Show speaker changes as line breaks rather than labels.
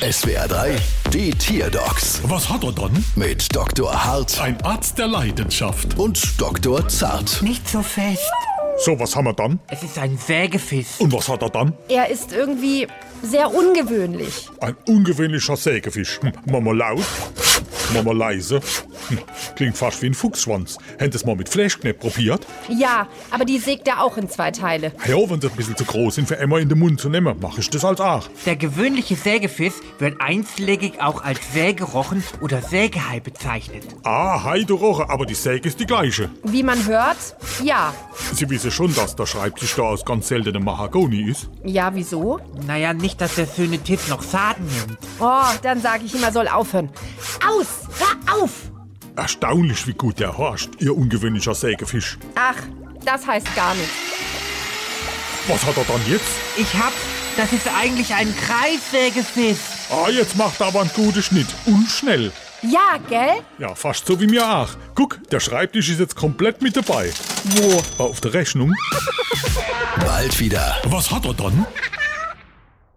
SWR 3, die Tierdocs
Was hat er dann?
mit Dr. Hart
Ein Arzt der Leidenschaft.
und Dr. Zart.
Nicht so fest.
So, was haben wir dann?
Es ist ein Sägefisch.
Und was hat er dann?
Er ist irgendwie sehr ungewöhnlich.
Ein ungewöhnlicher Sägefisch. Hm, Mama laut, Mama leise. Hm, Klingt fast wie ein Fuchsschwanz. Hätten es mal mit Fleischknepp probiert?
Ja, aber die sägt er auch in zwei Teile.
Ja, wenn sie ein bisschen zu groß sind für Emma in den Mund zu nehmen, mache ich das als auch.
Der gewöhnliche Sägefisch wird einschlägig auch als Sägerochen oder Sägehai bezeichnet.
Ah, hi, du Roche, aber die Säge ist die gleiche.
Wie man hört, ja.
Sie wissen schon, dass der Schreibtisch da aus ganz seltenem Mahagoni ist.
Ja, wieso?
Naja, nicht, dass der schöne Tipp noch Schaden nimmt.
Oh, dann sage ich ihm, er soll aufhören. Aus! Hör auf!
Erstaunlich, wie gut der horcht, ihr ungewöhnlicher Sägefisch.
Ach, das heißt gar nichts.
Was hat er dann jetzt?
Ich hab, das ist eigentlich ein Kreissägefisch.
Ah, jetzt macht er aber einen guten Schnitt. Und schnell.
Ja, gell?
Ja, fast so wie mir auch. Guck, der Schreibtisch ist jetzt komplett mit dabei. Wo? Auf der Rechnung.
Bald wieder.
Was hat er dann?